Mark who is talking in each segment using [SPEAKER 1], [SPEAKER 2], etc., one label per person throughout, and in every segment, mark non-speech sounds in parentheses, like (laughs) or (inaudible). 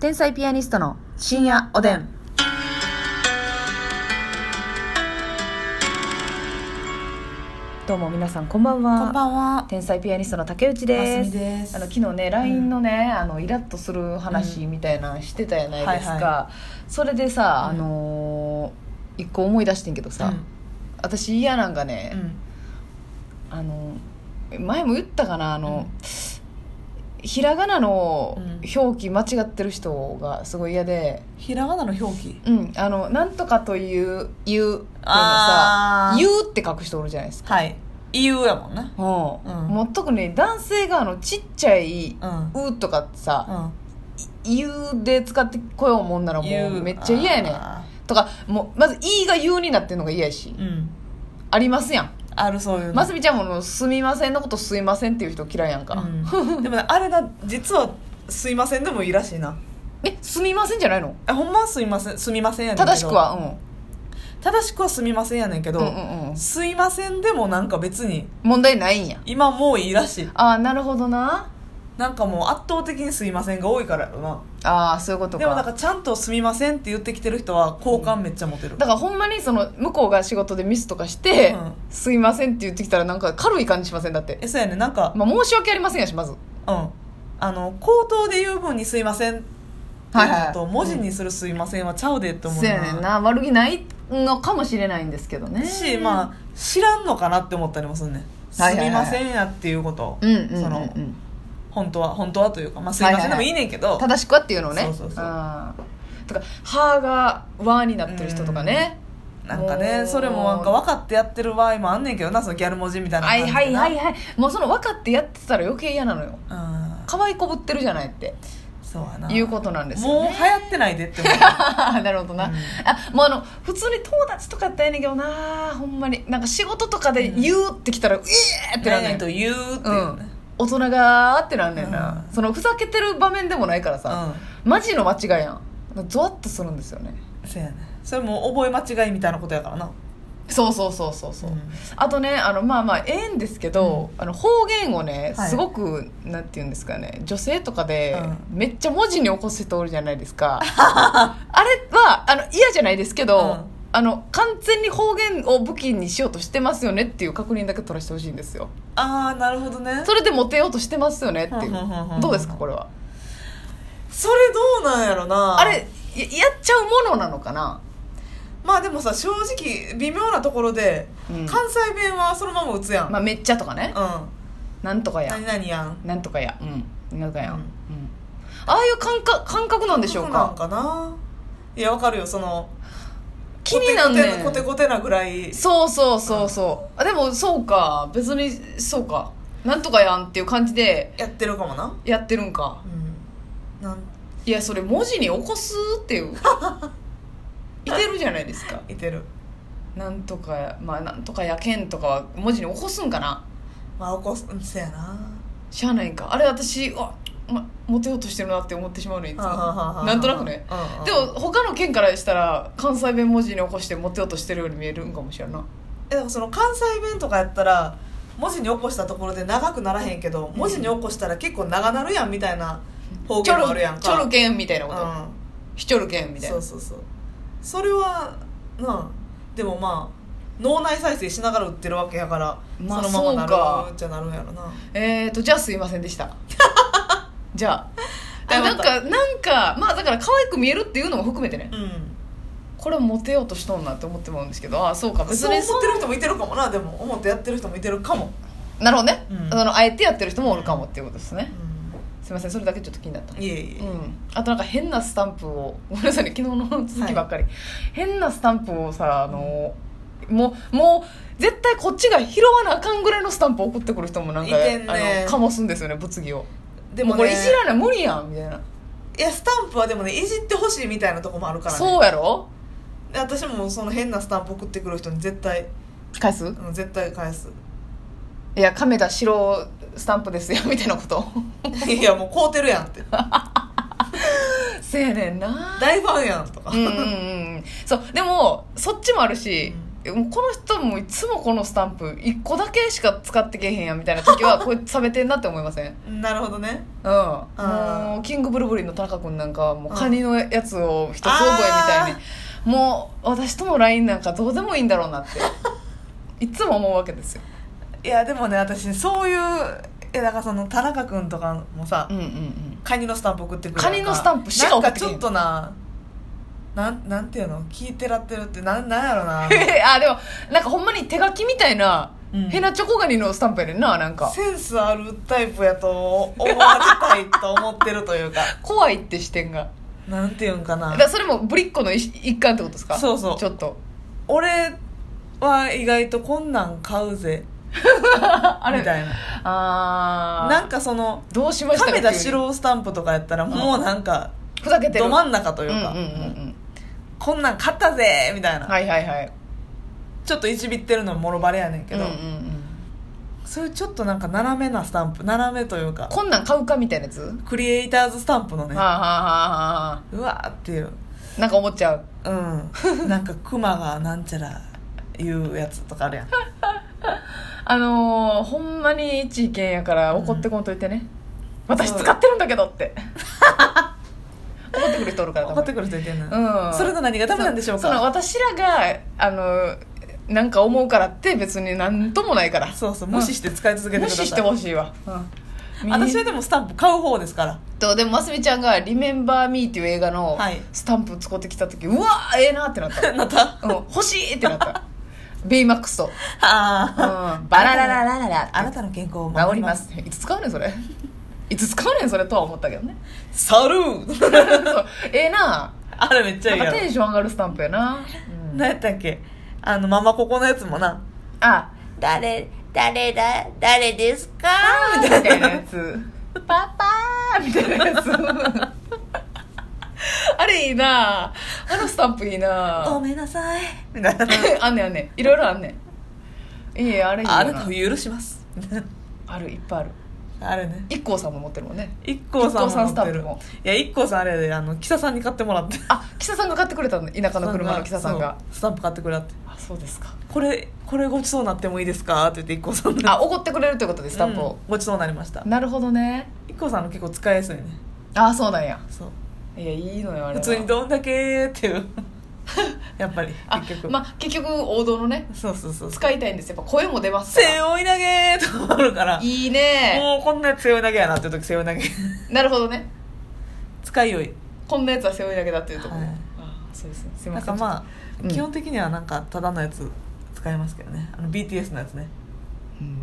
[SPEAKER 1] 天才ピアニストの深夜おでん。どうも皆さんこんばんは。
[SPEAKER 2] こんばんは。
[SPEAKER 1] 天才ピアニストの竹内です。
[SPEAKER 2] ますみです
[SPEAKER 1] あの昨日ね LINE のね、あのイラッとする話みたいなのしてたじゃないですか、
[SPEAKER 2] はいは
[SPEAKER 1] それでさ、
[SPEAKER 2] うん
[SPEAKER 1] あのー一個思い出してんけどさ、私嫌なんかね、あの前も言ったかなあの、ひらがなの表記間違ってる人がすごい嫌で、
[SPEAKER 2] ひらがなの表記。
[SPEAKER 1] うん、あのなんとかという「言う」っていうの
[SPEAKER 2] あ
[SPEAKER 1] さ「
[SPEAKER 2] ー
[SPEAKER 1] 言う」って書く人おるじゃないですか、
[SPEAKER 2] はい。言うやもんな。
[SPEAKER 1] うん
[SPEAKER 2] うん
[SPEAKER 1] もう特に男性があのちっちゃい「
[SPEAKER 2] うん。
[SPEAKER 1] う」とかってさ、
[SPEAKER 2] う
[SPEAKER 1] 言うで使ってこようもんなら
[SPEAKER 2] ん。
[SPEAKER 1] も
[SPEAKER 2] 言う
[SPEAKER 1] うめっちゃ嫌やねん
[SPEAKER 2] あ
[SPEAKER 1] とかもうまず「い」が「言う」になってんのが嫌やし
[SPEAKER 2] ーうん。
[SPEAKER 1] ありますやん
[SPEAKER 2] あるそういうの。
[SPEAKER 1] ますみちゃんもあの「すみません」のこと「すいません」っていう人嫌いやんか、 (laughs)
[SPEAKER 2] うんでもねあれな実はすいませんでもいいらしいな。
[SPEAKER 1] えすみませんじゃないの
[SPEAKER 2] えほんまはすいませんすみませんやねんけど。
[SPEAKER 1] 正しくはうん
[SPEAKER 2] 正しくはすみませんやねんけど
[SPEAKER 1] うんうんうん
[SPEAKER 2] すいませんでもなんか別に
[SPEAKER 1] 問題ないんや
[SPEAKER 2] 今もういいらしい。
[SPEAKER 1] ああなるほどな
[SPEAKER 2] なんかもう圧倒的にすいませんが多いからやろな。
[SPEAKER 1] ああそういうことか
[SPEAKER 2] でもなんかちゃんとすみませんって言ってきてる人は好感めっちゃ持てる。
[SPEAKER 1] だからほんまにその向こうが仕事でミスとかして「
[SPEAKER 2] うん
[SPEAKER 1] すいません」って言ってきたらなんか軽い感じしませんだって、
[SPEAKER 2] えそうやねなんか
[SPEAKER 1] まあ、申し訳ありませんやしまず
[SPEAKER 2] うん、あの口頭で言う分に「すいません」って
[SPEAKER 1] はいいうはい
[SPEAKER 2] のと文字にする「すいません」はちゃうでって思う
[SPEAKER 1] そうやねんな悪気ないのかもしれないんですけどね
[SPEAKER 2] しまあ知らんのかなって思ったりもするねん「す
[SPEAKER 1] はいはい
[SPEAKER 2] み
[SPEAKER 1] はい
[SPEAKER 2] ません」やっていうことを
[SPEAKER 1] うんうんうん、うん、
[SPEAKER 2] その本当は本当はというか「まあ、すいません」でもいいねんけど、
[SPEAKER 1] 正しくはっていうのをね
[SPEAKER 2] そうそうそう
[SPEAKER 1] あーとか「は」が「わ」になってる人とかね
[SPEAKER 2] なんかね
[SPEAKER 1] おー
[SPEAKER 2] それもなんか分かってやってる場合もあんねんけどなそのギャル文字みたいな
[SPEAKER 1] は
[SPEAKER 2] 感
[SPEAKER 1] い
[SPEAKER 2] じで
[SPEAKER 1] はいはい
[SPEAKER 2] い
[SPEAKER 1] はいもうその分かってやってたら余計嫌なのよ
[SPEAKER 2] うん
[SPEAKER 1] 可愛いこぶってるじゃないって
[SPEAKER 2] そうやな
[SPEAKER 1] いうことなんですよ
[SPEAKER 2] もう
[SPEAKER 1] (laughs)
[SPEAKER 2] 流
[SPEAKER 1] ね
[SPEAKER 2] 行ってないでって思う
[SPEAKER 1] なるほどな、
[SPEAKER 2] うん
[SPEAKER 1] あもうあの普通に友達とかやったらええねんけどなほんまになんか仕事とかで言うってきたら「うえー!」ってなん
[SPEAKER 2] 何
[SPEAKER 1] ね
[SPEAKER 2] 々
[SPEAKER 1] ん
[SPEAKER 2] と言うって
[SPEAKER 1] う
[SPEAKER 2] いうね、
[SPEAKER 1] ん大人がーってなんねんな、
[SPEAKER 2] うん
[SPEAKER 1] そのふざけてる場面でもないから
[SPEAKER 2] う
[SPEAKER 1] さ、
[SPEAKER 2] ん
[SPEAKER 1] マジの間違いやんゾワッとするんですよね
[SPEAKER 2] そうやねそれも覚え間違いみたいなことやからな
[SPEAKER 1] そうそうそうそうそう、
[SPEAKER 2] うん
[SPEAKER 1] あとねあのまあまあええんですけど、あの方言をね
[SPEAKER 2] はい
[SPEAKER 1] すごく、なんて言うんですかね女性とかで、
[SPEAKER 2] う
[SPEAKER 1] めっちゃ文字に起こせておるじゃないです
[SPEAKER 2] (laughs)
[SPEAKER 1] かあれはあの嫌じゃないですけど、
[SPEAKER 2] うん
[SPEAKER 1] あの完全に方言を武器にしようとしてますよねっていう確認だけ取らせてほしいんですよ
[SPEAKER 2] ああなるほどね
[SPEAKER 1] それでモテようとしてますよねっていう
[SPEAKER 2] うんうんうんうんうん
[SPEAKER 1] どうですかこれは
[SPEAKER 2] それどうなんやろな
[SPEAKER 1] あれややっちゃうものなのかな
[SPEAKER 2] まあでもさ正直微妙なところで、
[SPEAKER 1] うん
[SPEAKER 2] 関西弁はそのまま打つやん、
[SPEAKER 1] まあめっちゃとかね、
[SPEAKER 2] うん
[SPEAKER 1] なんとかや
[SPEAKER 2] 何々やん
[SPEAKER 1] なんとかやうんなんとかや、う
[SPEAKER 2] うんん
[SPEAKER 1] ああいう感覚感覚なんでしょう
[SPEAKER 2] そうなん
[SPEAKER 1] か
[SPEAKER 2] かないやわかるよその
[SPEAKER 1] 気になんねん
[SPEAKER 2] コテコテコテコテなぐらい
[SPEAKER 1] そうそうそうそうあでもそうか別にそうかなんとかやんっていう感じで
[SPEAKER 2] やってるかもな
[SPEAKER 1] やってるんか
[SPEAKER 2] うんなん
[SPEAKER 1] いやそれ文字に起こすって
[SPEAKER 2] (laughs)
[SPEAKER 1] いういてるじゃないですか
[SPEAKER 2] いてる
[SPEAKER 1] なんとかやまあなんとかやけんとかは文字に起こすんかな
[SPEAKER 2] まあ起こすうんせやな
[SPEAKER 1] しゃあないんかあれ私うわ、ま、モテようとしてるなって思ってしまうのいつも
[SPEAKER 2] はあはあはあはあ
[SPEAKER 1] なんとなくね
[SPEAKER 2] うんうん
[SPEAKER 1] でも他の県からしたら関西弁文字に起こしてモテようとしてるように見えるんかもしれんな
[SPEAKER 2] えでもその関西弁とかやったら文字に起こしたところで長くならへんけど文字に起こしたら結構長なるやんみたいな方
[SPEAKER 1] チ
[SPEAKER 2] 言
[SPEAKER 1] ョ
[SPEAKER 2] もあるやん
[SPEAKER 1] ル
[SPEAKER 2] か
[SPEAKER 1] チョルケンみたいなこと、
[SPEAKER 2] うん
[SPEAKER 1] ヒチョルケンみたい
[SPEAKER 2] そ
[SPEAKER 1] な
[SPEAKER 2] うそうそうそれはなあでもまあ脳内再生しながら売ってるわけやから、
[SPEAKER 1] まあ
[SPEAKER 2] そのまま
[SPEAKER 1] そう
[SPEAKER 2] な
[SPEAKER 1] か
[SPEAKER 2] るっちゃなるんやろな
[SPEAKER 1] えーとじゃあすいませんでした
[SPEAKER 2] (laughs)
[SPEAKER 1] じゃあ
[SPEAKER 2] 謝
[SPEAKER 1] あ
[SPEAKER 2] っ
[SPEAKER 1] なん
[SPEAKER 2] た
[SPEAKER 1] かなんかまあだから可愛く見えるっていうのも含めてね
[SPEAKER 2] うん
[SPEAKER 1] これモテようとしとんなって思ってもらうんですけどああそうか別
[SPEAKER 2] そう
[SPEAKER 1] に
[SPEAKER 2] 思
[SPEAKER 1] そ
[SPEAKER 2] ってる人もいてるかもなでも思ってやってる人もいてるかも、
[SPEAKER 1] うなるほどね、
[SPEAKER 2] うん
[SPEAKER 1] あのあえてやってる人もおるかもっていうことですね
[SPEAKER 2] う
[SPEAKER 1] すいませんそれだけちょっと気になった
[SPEAKER 2] ん、いえい
[SPEAKER 1] う
[SPEAKER 2] え、
[SPEAKER 1] ん、あとなんか変なスタンプをごめんなさいね昨日の続きばっかり、変なスタンプをさあの、もうもう絶対こっちが拾わなあかんぐらいのスタンプ送ってくる人もなんか
[SPEAKER 2] いてんね
[SPEAKER 1] あのかもすんですよね物議を
[SPEAKER 2] で
[SPEAKER 1] で
[SPEAKER 2] も,、
[SPEAKER 1] も,、
[SPEAKER 2] ね、
[SPEAKER 1] これいじらない無理やんみたいな、
[SPEAKER 2] いやスタンプはでもねいじってほしいみたいなとこもあるから、ね、
[SPEAKER 1] そうやろ
[SPEAKER 2] で私もその変なスタンプ送ってくる人に絶対、
[SPEAKER 1] 返す
[SPEAKER 2] うん、絶対返す (laughs)
[SPEAKER 1] いや亀田白スタンプですよみたいなこと
[SPEAKER 2] (laughs) いやもう買うてるやんって
[SPEAKER 1] せやねんな
[SPEAKER 2] 大ファンやんとか、
[SPEAKER 1] うんうんうんそうでもそっちもあるし、
[SPEAKER 2] うん
[SPEAKER 1] えもうこの人もいつもこのスタンプ1個だけしか使ってけへんやんみたいな時 (laughs) はこれ冷めてんなって思いません
[SPEAKER 2] なるほどね
[SPEAKER 1] うん
[SPEAKER 2] ー
[SPEAKER 1] もうキングブルブリンの田中君なんかはもうカニのやつを一つ覚えみたいにもう私との LINE なんかどうでもいいんだろうなっていつも思うわけですよ
[SPEAKER 2] いやでもね私そういうえだからその田中君とかもさ、
[SPEAKER 1] うんうんうん
[SPEAKER 2] カニのスタンプ送ってくる
[SPEAKER 1] カニのスタンプしか送ってけへ
[SPEAKER 2] なん
[SPEAKER 1] ん
[SPEAKER 2] かちょっとななんなんていうの聞いてらってるってなんなんや
[SPEAKER 1] (laughs)
[SPEAKER 2] ろな
[SPEAKER 1] (laughs) あでもなんかほんまに手書きみたいな、
[SPEAKER 2] うん
[SPEAKER 1] ヘナチョコガニのスタンプやねんななんか
[SPEAKER 2] センスあるタイプやと思われたいと思ってる
[SPEAKER 1] (laughs)
[SPEAKER 2] というか
[SPEAKER 1] 怖いって視点が
[SPEAKER 2] なんていうんか
[SPEAKER 1] だ
[SPEAKER 2] な
[SPEAKER 1] からそれもぶりっ子の一一環ってことですか
[SPEAKER 2] そうそう
[SPEAKER 1] ちょっと
[SPEAKER 2] 俺は意外とこんなん買うぜ
[SPEAKER 1] (laughs) あれ
[SPEAKER 2] みたいな
[SPEAKER 1] あ
[SPEAKER 2] なんかその
[SPEAKER 1] どうしました
[SPEAKER 2] 亀田
[SPEAKER 1] 急
[SPEAKER 2] 四
[SPEAKER 1] に
[SPEAKER 2] 郎スタンプとかやったらもうなんか
[SPEAKER 1] ふざけてる
[SPEAKER 2] ど真ん中という
[SPEAKER 1] うんうん
[SPEAKER 2] か、
[SPEAKER 1] うん
[SPEAKER 2] こんなん買ったぜみたい
[SPEAKER 1] うん
[SPEAKER 2] な、
[SPEAKER 1] はいはいはい
[SPEAKER 2] ちょっといじびってるのもろバレやねんけど、
[SPEAKER 1] うんうんうん、
[SPEAKER 2] そういうちょっとなんか斜めなスタンプ斜めというか
[SPEAKER 1] こんなん買うかみたいなやつ、は
[SPEAKER 2] クリエイターズスタンプの
[SPEAKER 1] あ、
[SPEAKER 2] ね
[SPEAKER 1] はあはあはあ
[SPEAKER 2] うわーっていう
[SPEAKER 1] なんか思っちゃう
[SPEAKER 2] うんなんかクマがなんちゃらいうやつとかあるやん
[SPEAKER 1] あのー、ほんまに一意見やから怒ってこんといてね、私使ってるんだけどって (laughs) 怒ってくる人おるから多
[SPEAKER 2] 怒
[SPEAKER 1] 分
[SPEAKER 2] ってくる人いてんのよ、
[SPEAKER 1] うん
[SPEAKER 2] それの何がダメなんでしょう
[SPEAKER 1] そその
[SPEAKER 2] か
[SPEAKER 1] 私らがあのなんか思うからって別に何ともないから
[SPEAKER 2] そうそう無視して使い続けて
[SPEAKER 1] 無
[SPEAKER 2] ください
[SPEAKER 1] 視してほしいわ、うん、
[SPEAKER 2] 私は
[SPEAKER 1] え
[SPEAKER 2] でもスタンプ買う方ですから
[SPEAKER 1] っとでもますみちゃんが「リメンバー・ミー」っていう映画の
[SPEAKER 2] はい
[SPEAKER 1] スタンプ使ってきた時、うわええなってなった、
[SPEAKER 2] (laughs) なった
[SPEAKER 1] うん、欲しいってなったベイマックスと、
[SPEAKER 2] あ
[SPEAKER 1] うん、
[SPEAKER 2] あ
[SPEAKER 1] バララララララ
[SPEAKER 2] あなたの健康を
[SPEAKER 1] 守りますいつ使うねんそれいつ使うねんそれとは思ったけ
[SPEAKER 2] (laughs)
[SPEAKER 1] どね
[SPEAKER 2] サルー
[SPEAKER 1] そうええな
[SPEAKER 2] あれめっちゃ
[SPEAKER 1] ないん
[SPEAKER 2] いや
[SPEAKER 1] か
[SPEAKER 2] ろ
[SPEAKER 1] テンション上がるスタンプやな、うん
[SPEAKER 2] 何やったっけあのママここのやつもな
[SPEAKER 1] あ
[SPEAKER 2] 誰誰だ誰ですかみ
[SPEAKER 1] み
[SPEAKER 2] た
[SPEAKER 1] た
[SPEAKER 2] い
[SPEAKER 1] い
[SPEAKER 2] な
[SPEAKER 1] なやつ「パパー」みたいなや
[SPEAKER 2] (laughs)
[SPEAKER 1] つあれいいなあのスタンプいい
[SPEAKER 2] ご
[SPEAKER 1] な
[SPEAKER 2] めんなさいみたいな
[SPEAKER 1] (laughs) あんねんあんねんいろいろあんねんいいえあれいいよな
[SPEAKER 2] (laughs) あなたを許しますみたいな
[SPEAKER 1] あるいっぱいある
[SPEAKER 2] (laughs) あれね
[SPEAKER 1] IKKO さんも持ってるもんね
[SPEAKER 2] 一 k さ
[SPEAKER 1] 一
[SPEAKER 2] んも乗
[SPEAKER 1] 行さんスタ
[SPEAKER 2] って
[SPEAKER 1] ンプ
[SPEAKER 2] る
[SPEAKER 1] も
[SPEAKER 2] いや一 k さんあれであの記者さんに買ってもらって
[SPEAKER 1] あ木佐さんが買ってくれたの田舎の車の木佐さんが
[SPEAKER 2] そうスタンプ買ってくれたって
[SPEAKER 1] あそうですか
[SPEAKER 2] これこれごちそうになってもいいですかって言って一 k さんの
[SPEAKER 1] あ怒ってくれるってことでスタンプを、
[SPEAKER 2] うんごちそうになりました
[SPEAKER 1] なるほどね
[SPEAKER 2] 一 k さんの結構使いやすいね
[SPEAKER 1] あそうなんや
[SPEAKER 2] そう
[SPEAKER 1] いやいいのよあれ
[SPEAKER 2] 普
[SPEAKER 1] は
[SPEAKER 2] 通にどんだけって (laughs) いうやっぱり
[SPEAKER 1] あ
[SPEAKER 2] 結局、
[SPEAKER 1] まあ結局王道のね
[SPEAKER 2] そうそうそう
[SPEAKER 1] 使いたいんですやっぱ声も出ますか
[SPEAKER 2] 背
[SPEAKER 1] ら
[SPEAKER 2] 負い投げと思うから
[SPEAKER 1] いいね
[SPEAKER 2] もうこんなやつ背負い投げやなって時背負い投げ
[SPEAKER 1] なるほどね
[SPEAKER 2] (laughs) 使いよい
[SPEAKER 1] こんなやつは背負い投げだっていうところ、
[SPEAKER 2] はい
[SPEAKER 1] ああそうですねすい
[SPEAKER 2] な
[SPEAKER 1] ま
[SPEAKER 2] ん
[SPEAKER 1] せ
[SPEAKER 2] か
[SPEAKER 1] ん
[SPEAKER 2] まあ、
[SPEAKER 1] うん
[SPEAKER 2] 基本的にはなんかただのやつ使いますけどねあの BTS のやつね
[SPEAKER 1] うん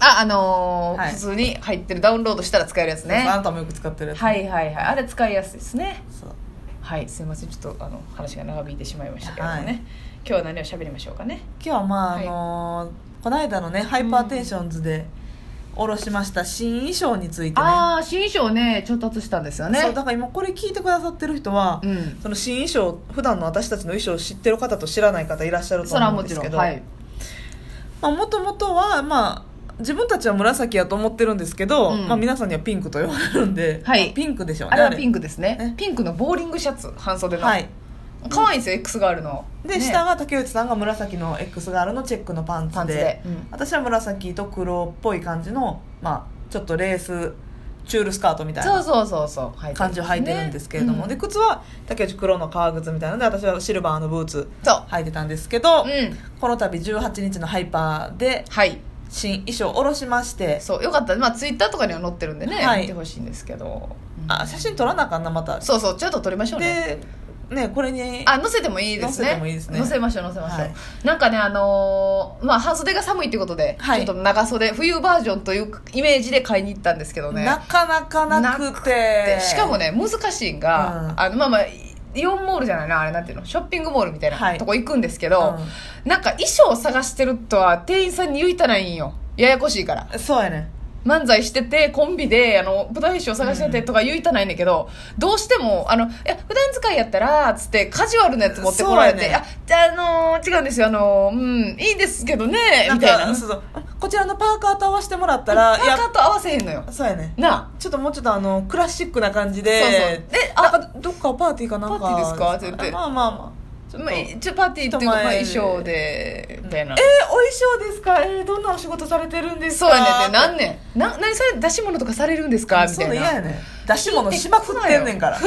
[SPEAKER 1] ああのー
[SPEAKER 2] はい
[SPEAKER 1] 普通に入ってるダウンロードしたら使えるやつね
[SPEAKER 2] あなたもよく使ってるやつ、
[SPEAKER 1] はいはいはいあれ使いやすいですね
[SPEAKER 2] そう
[SPEAKER 1] はいすいませんちょっとあの話が長引いてしまいましたけれどもね、
[SPEAKER 2] はい
[SPEAKER 1] 今日は何を喋りましょうかね
[SPEAKER 2] 今日はまあ、
[SPEAKER 1] はい
[SPEAKER 2] あのーこの間のねハイパーテンションズでおろしました新衣装についてね
[SPEAKER 1] ああ新衣装ね調達したんですよね
[SPEAKER 2] そうだから今これ聞いてくださってる人は、
[SPEAKER 1] うん
[SPEAKER 2] その新衣装普段の私たちの衣装を知ってる方と知らない方いらっしゃると
[SPEAKER 1] それは
[SPEAKER 2] 思う
[SPEAKER 1] も
[SPEAKER 2] んで
[SPEAKER 1] ち
[SPEAKER 2] す
[SPEAKER 1] ろ
[SPEAKER 2] け
[SPEAKER 1] ん
[SPEAKER 2] ど
[SPEAKER 1] はい
[SPEAKER 2] まあ、もともとは、まあ、自分たちは紫やと思ってるんですけど、
[SPEAKER 1] うん
[SPEAKER 2] まあ、皆さんにはピンクと言われるんで、
[SPEAKER 1] はい
[SPEAKER 2] まあピンクでしょうね
[SPEAKER 1] あれはピ
[SPEAKER 2] ン
[SPEAKER 1] ンクですね
[SPEAKER 2] ね
[SPEAKER 1] ピンクのボーリングシャツ半袖の、
[SPEAKER 2] はい
[SPEAKER 1] 可愛いんですよ X ガールの
[SPEAKER 2] で、
[SPEAKER 1] ね
[SPEAKER 2] 下が竹内さんが紫の X ガールのチェックのパンツで
[SPEAKER 1] パンツで、うん
[SPEAKER 2] 私は紫と黒っぽい感じの、まあ、ちょっとレースチュールスカートみたい
[SPEAKER 1] そう
[SPEAKER 2] な
[SPEAKER 1] そうそうそう入ってる
[SPEAKER 2] 感じを履いてるんですけれども、
[SPEAKER 1] うん
[SPEAKER 2] で靴は竹内黒の革靴みたいなので私はシルバーのブーツ
[SPEAKER 1] そ
[SPEAKER 2] 履いてたんですけど、
[SPEAKER 1] ううん
[SPEAKER 2] この度18日のハイパーで
[SPEAKER 1] はい
[SPEAKER 2] 新衣装を下ろしまして
[SPEAKER 1] そうよかったらまあツイッターとかには載ってるんでね、
[SPEAKER 2] はい
[SPEAKER 1] 見てほしいんですけど、うん
[SPEAKER 2] あ写真撮らなあかんなまた
[SPEAKER 1] そうそうちょっと撮りましょうね
[SPEAKER 2] で、ね、これに、
[SPEAKER 1] (laughs) あ載せてもいいですね
[SPEAKER 2] 載せてもいいですね
[SPEAKER 1] 載せましょう載せましょう、
[SPEAKER 2] はい
[SPEAKER 1] なんかねあのーまあ半袖が寒いということで、
[SPEAKER 2] はい
[SPEAKER 1] ちょっと長袖冬バージョンというイメージで買いに行ったんですけどね
[SPEAKER 2] なかなかなくて
[SPEAKER 1] でしかも、ね難しいんが、
[SPEAKER 2] うん
[SPEAKER 1] あのまあまあイオンモールじゃないなあれなんていうのショッピングモールみたいな、
[SPEAKER 2] はい
[SPEAKER 1] とこ行くんですけ
[SPEAKER 2] う
[SPEAKER 1] ど、なんか衣装を探してるとは店員さんに言いたないんよややこしいから
[SPEAKER 2] んそうやね
[SPEAKER 1] 漫才しててコンビであの舞台衣装探しててとか言いたないんだけど、どうしてもあのいや普段使いやったらつってカジュアルなやつ持ってこられて、
[SPEAKER 2] そうや
[SPEAKER 1] あ
[SPEAKER 2] ね
[SPEAKER 1] じゃあ、あのー違うんですよあのーうんいいんですけどね
[SPEAKER 2] なん
[SPEAKER 1] みたい
[SPEAKER 2] か
[SPEAKER 1] な
[SPEAKER 2] そうそうこちらのパーカーと合わせてもらったら
[SPEAKER 1] パーカーと合わせへんのよ
[SPEAKER 2] やそうやね
[SPEAKER 1] なあ
[SPEAKER 2] ちょっともうちょっとあのクラシックな感じで
[SPEAKER 1] そうそうで
[SPEAKER 2] なんかどっかパーティーかなんか
[SPEAKER 1] パーティーですかって言って
[SPEAKER 2] まあまあまちょっと
[SPEAKER 1] まあ、
[SPEAKER 2] え
[SPEAKER 1] 一応パーティーっていうか、まあ、
[SPEAKER 2] 人前
[SPEAKER 1] 衣装
[SPEAKER 2] で
[SPEAKER 1] でみたいな、
[SPEAKER 2] お衣装ですかえーどんなお仕事されてるんです
[SPEAKER 1] そう
[SPEAKER 2] か
[SPEAKER 1] やねんってなんねんな何それ出し物とかされるんですかみ
[SPEAKER 2] そ
[SPEAKER 1] た
[SPEAKER 2] ういうの
[SPEAKER 1] い
[SPEAKER 2] 嫌や
[SPEAKER 1] な
[SPEAKER 2] ねん出し物しまくってんねんから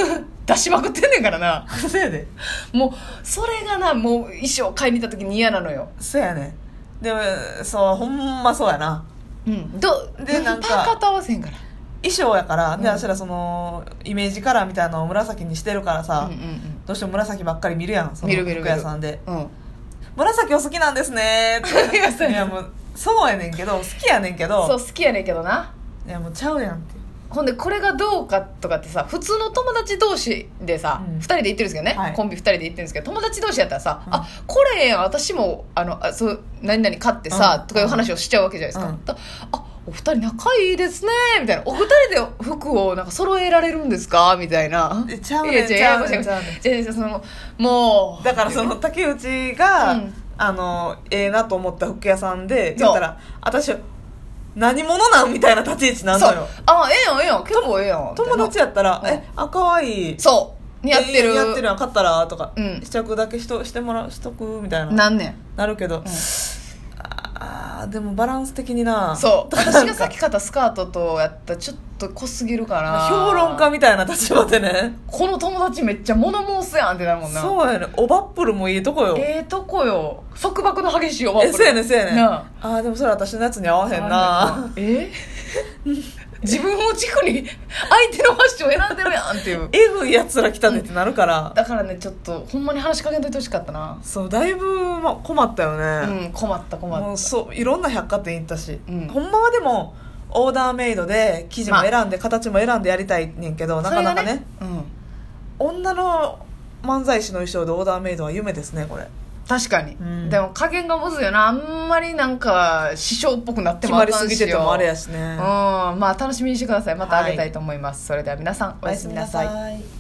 [SPEAKER 1] 出しまくってんねんからな
[SPEAKER 2] (laughs) そうやね
[SPEAKER 1] もうそれがなもう衣装買いに行った時に嫌なのよ
[SPEAKER 2] そうやねんでもそうほんまそうやな
[SPEAKER 1] うんど
[SPEAKER 2] でなんか
[SPEAKER 1] パーカーと合わせへんから
[SPEAKER 2] 衣装やからで
[SPEAKER 1] うん
[SPEAKER 2] 私らそのイメージカラーみたいなのを紫にしてるからさ、
[SPEAKER 1] うんうん
[SPEAKER 2] どうしても紫ばっかり見るやんその
[SPEAKER 1] 見る見る
[SPEAKER 2] 服屋さんで
[SPEAKER 1] うんうん
[SPEAKER 2] 「紫お好きなんですね」って
[SPEAKER 1] いやそうやねん
[SPEAKER 2] いやもうそうやねんけど好きやねんけ
[SPEAKER 1] そう好
[SPEAKER 2] ど
[SPEAKER 1] きやねんけどない
[SPEAKER 2] やもうちゃうやんって
[SPEAKER 1] ほんでこれがどうかとかってさ普通の友達同士でさ、
[SPEAKER 2] う
[SPEAKER 1] 二
[SPEAKER 2] ん
[SPEAKER 1] 2人で行ってるんですけどね、
[SPEAKER 2] はい
[SPEAKER 1] コンビ2人で行ってるんですけど友達同士やったらさ「
[SPEAKER 2] うん
[SPEAKER 1] あこれええやん私もあのあそう何々買ってさ、
[SPEAKER 2] うん
[SPEAKER 1] とかいう話をしちゃうわけじゃないですか、
[SPEAKER 2] うん
[SPEAKER 1] だあお二人仲いいですねみたいなお二人で服をなんか揃えられるんですかみたいな
[SPEAKER 2] えちゃう
[SPEAKER 1] いや
[SPEAKER 2] ねん
[SPEAKER 1] 違
[SPEAKER 2] ちゃう
[SPEAKER 1] 違
[SPEAKER 2] ねん
[SPEAKER 1] う
[SPEAKER 2] ちゃうねん
[SPEAKER 1] 違う違うそのもう
[SPEAKER 2] だからその竹内が、
[SPEAKER 1] うん
[SPEAKER 2] あのええなと思った服屋さんで
[SPEAKER 1] そう
[SPEAKER 2] 言ったら私何者なんみたいな立ち位置なん
[SPEAKER 1] そ
[SPEAKER 2] だ
[SPEAKER 1] う
[SPEAKER 2] よ
[SPEAKER 1] あええやんええやん結構ええやん
[SPEAKER 2] 友達やったら「
[SPEAKER 1] うん
[SPEAKER 2] えあ可愛い
[SPEAKER 1] そう (laughs) やってる、
[SPEAKER 2] えやってるやん買ったら」とか、
[SPEAKER 1] うん
[SPEAKER 2] 試着だけしとしてもらうしとくみたいなな
[SPEAKER 1] なんねん
[SPEAKER 2] るけど、あーでもバランス的にな (laughs)
[SPEAKER 1] そう
[SPEAKER 2] なんか
[SPEAKER 1] 私がさっき買ったスカートとやったらちょっと濃すぎるから
[SPEAKER 2] (laughs) 評論家みたいな立場でね
[SPEAKER 1] この友達めっちゃ物申すやんってなるもんな
[SPEAKER 2] そうやねおばっぷるもいいとこよ
[SPEAKER 1] ええとこよ束縛の激しいよ
[SPEAKER 2] えそうやねそうやね
[SPEAKER 1] な
[SPEAKER 2] あーでもそれ私のやつに合わへんな (laughs)
[SPEAKER 1] え自分を軸に相手のファッションを選んでるやんっていう
[SPEAKER 2] えぐいやつら来たねってなるから、
[SPEAKER 1] だからねちょっとほんまに話しかけんといてほしかったな
[SPEAKER 2] そうだいぶ、ま、困ったよ
[SPEAKER 1] う
[SPEAKER 2] ね、
[SPEAKER 1] ん困った困
[SPEAKER 2] もう
[SPEAKER 1] っ
[SPEAKER 2] そういろんな百貨店行ったし、
[SPEAKER 1] うん
[SPEAKER 2] ほんまはでもオーダーメイドで生地も選んで、形も選んでやりたいねんけど
[SPEAKER 1] た
[SPEAKER 2] なかなか
[SPEAKER 1] それが
[SPEAKER 2] ね
[SPEAKER 1] うん
[SPEAKER 2] 女の漫才師の衣装でオーダーメイドは夢ですねこれ
[SPEAKER 1] 確かに、
[SPEAKER 2] うん
[SPEAKER 1] でも加減がむずいよなあんまりなんか師匠っぽくなって
[SPEAKER 2] 決
[SPEAKER 1] もあ
[SPEAKER 2] ま
[SPEAKER 1] かん
[SPEAKER 2] り
[SPEAKER 1] し
[SPEAKER 2] すぎててもあれや
[SPEAKER 1] し、
[SPEAKER 2] し
[SPEAKER 1] う
[SPEAKER 2] ね
[SPEAKER 1] ん、まあ楽しみにしてくださいまたあげたいと思います、それでは皆さんおやすみなさい
[SPEAKER 2] い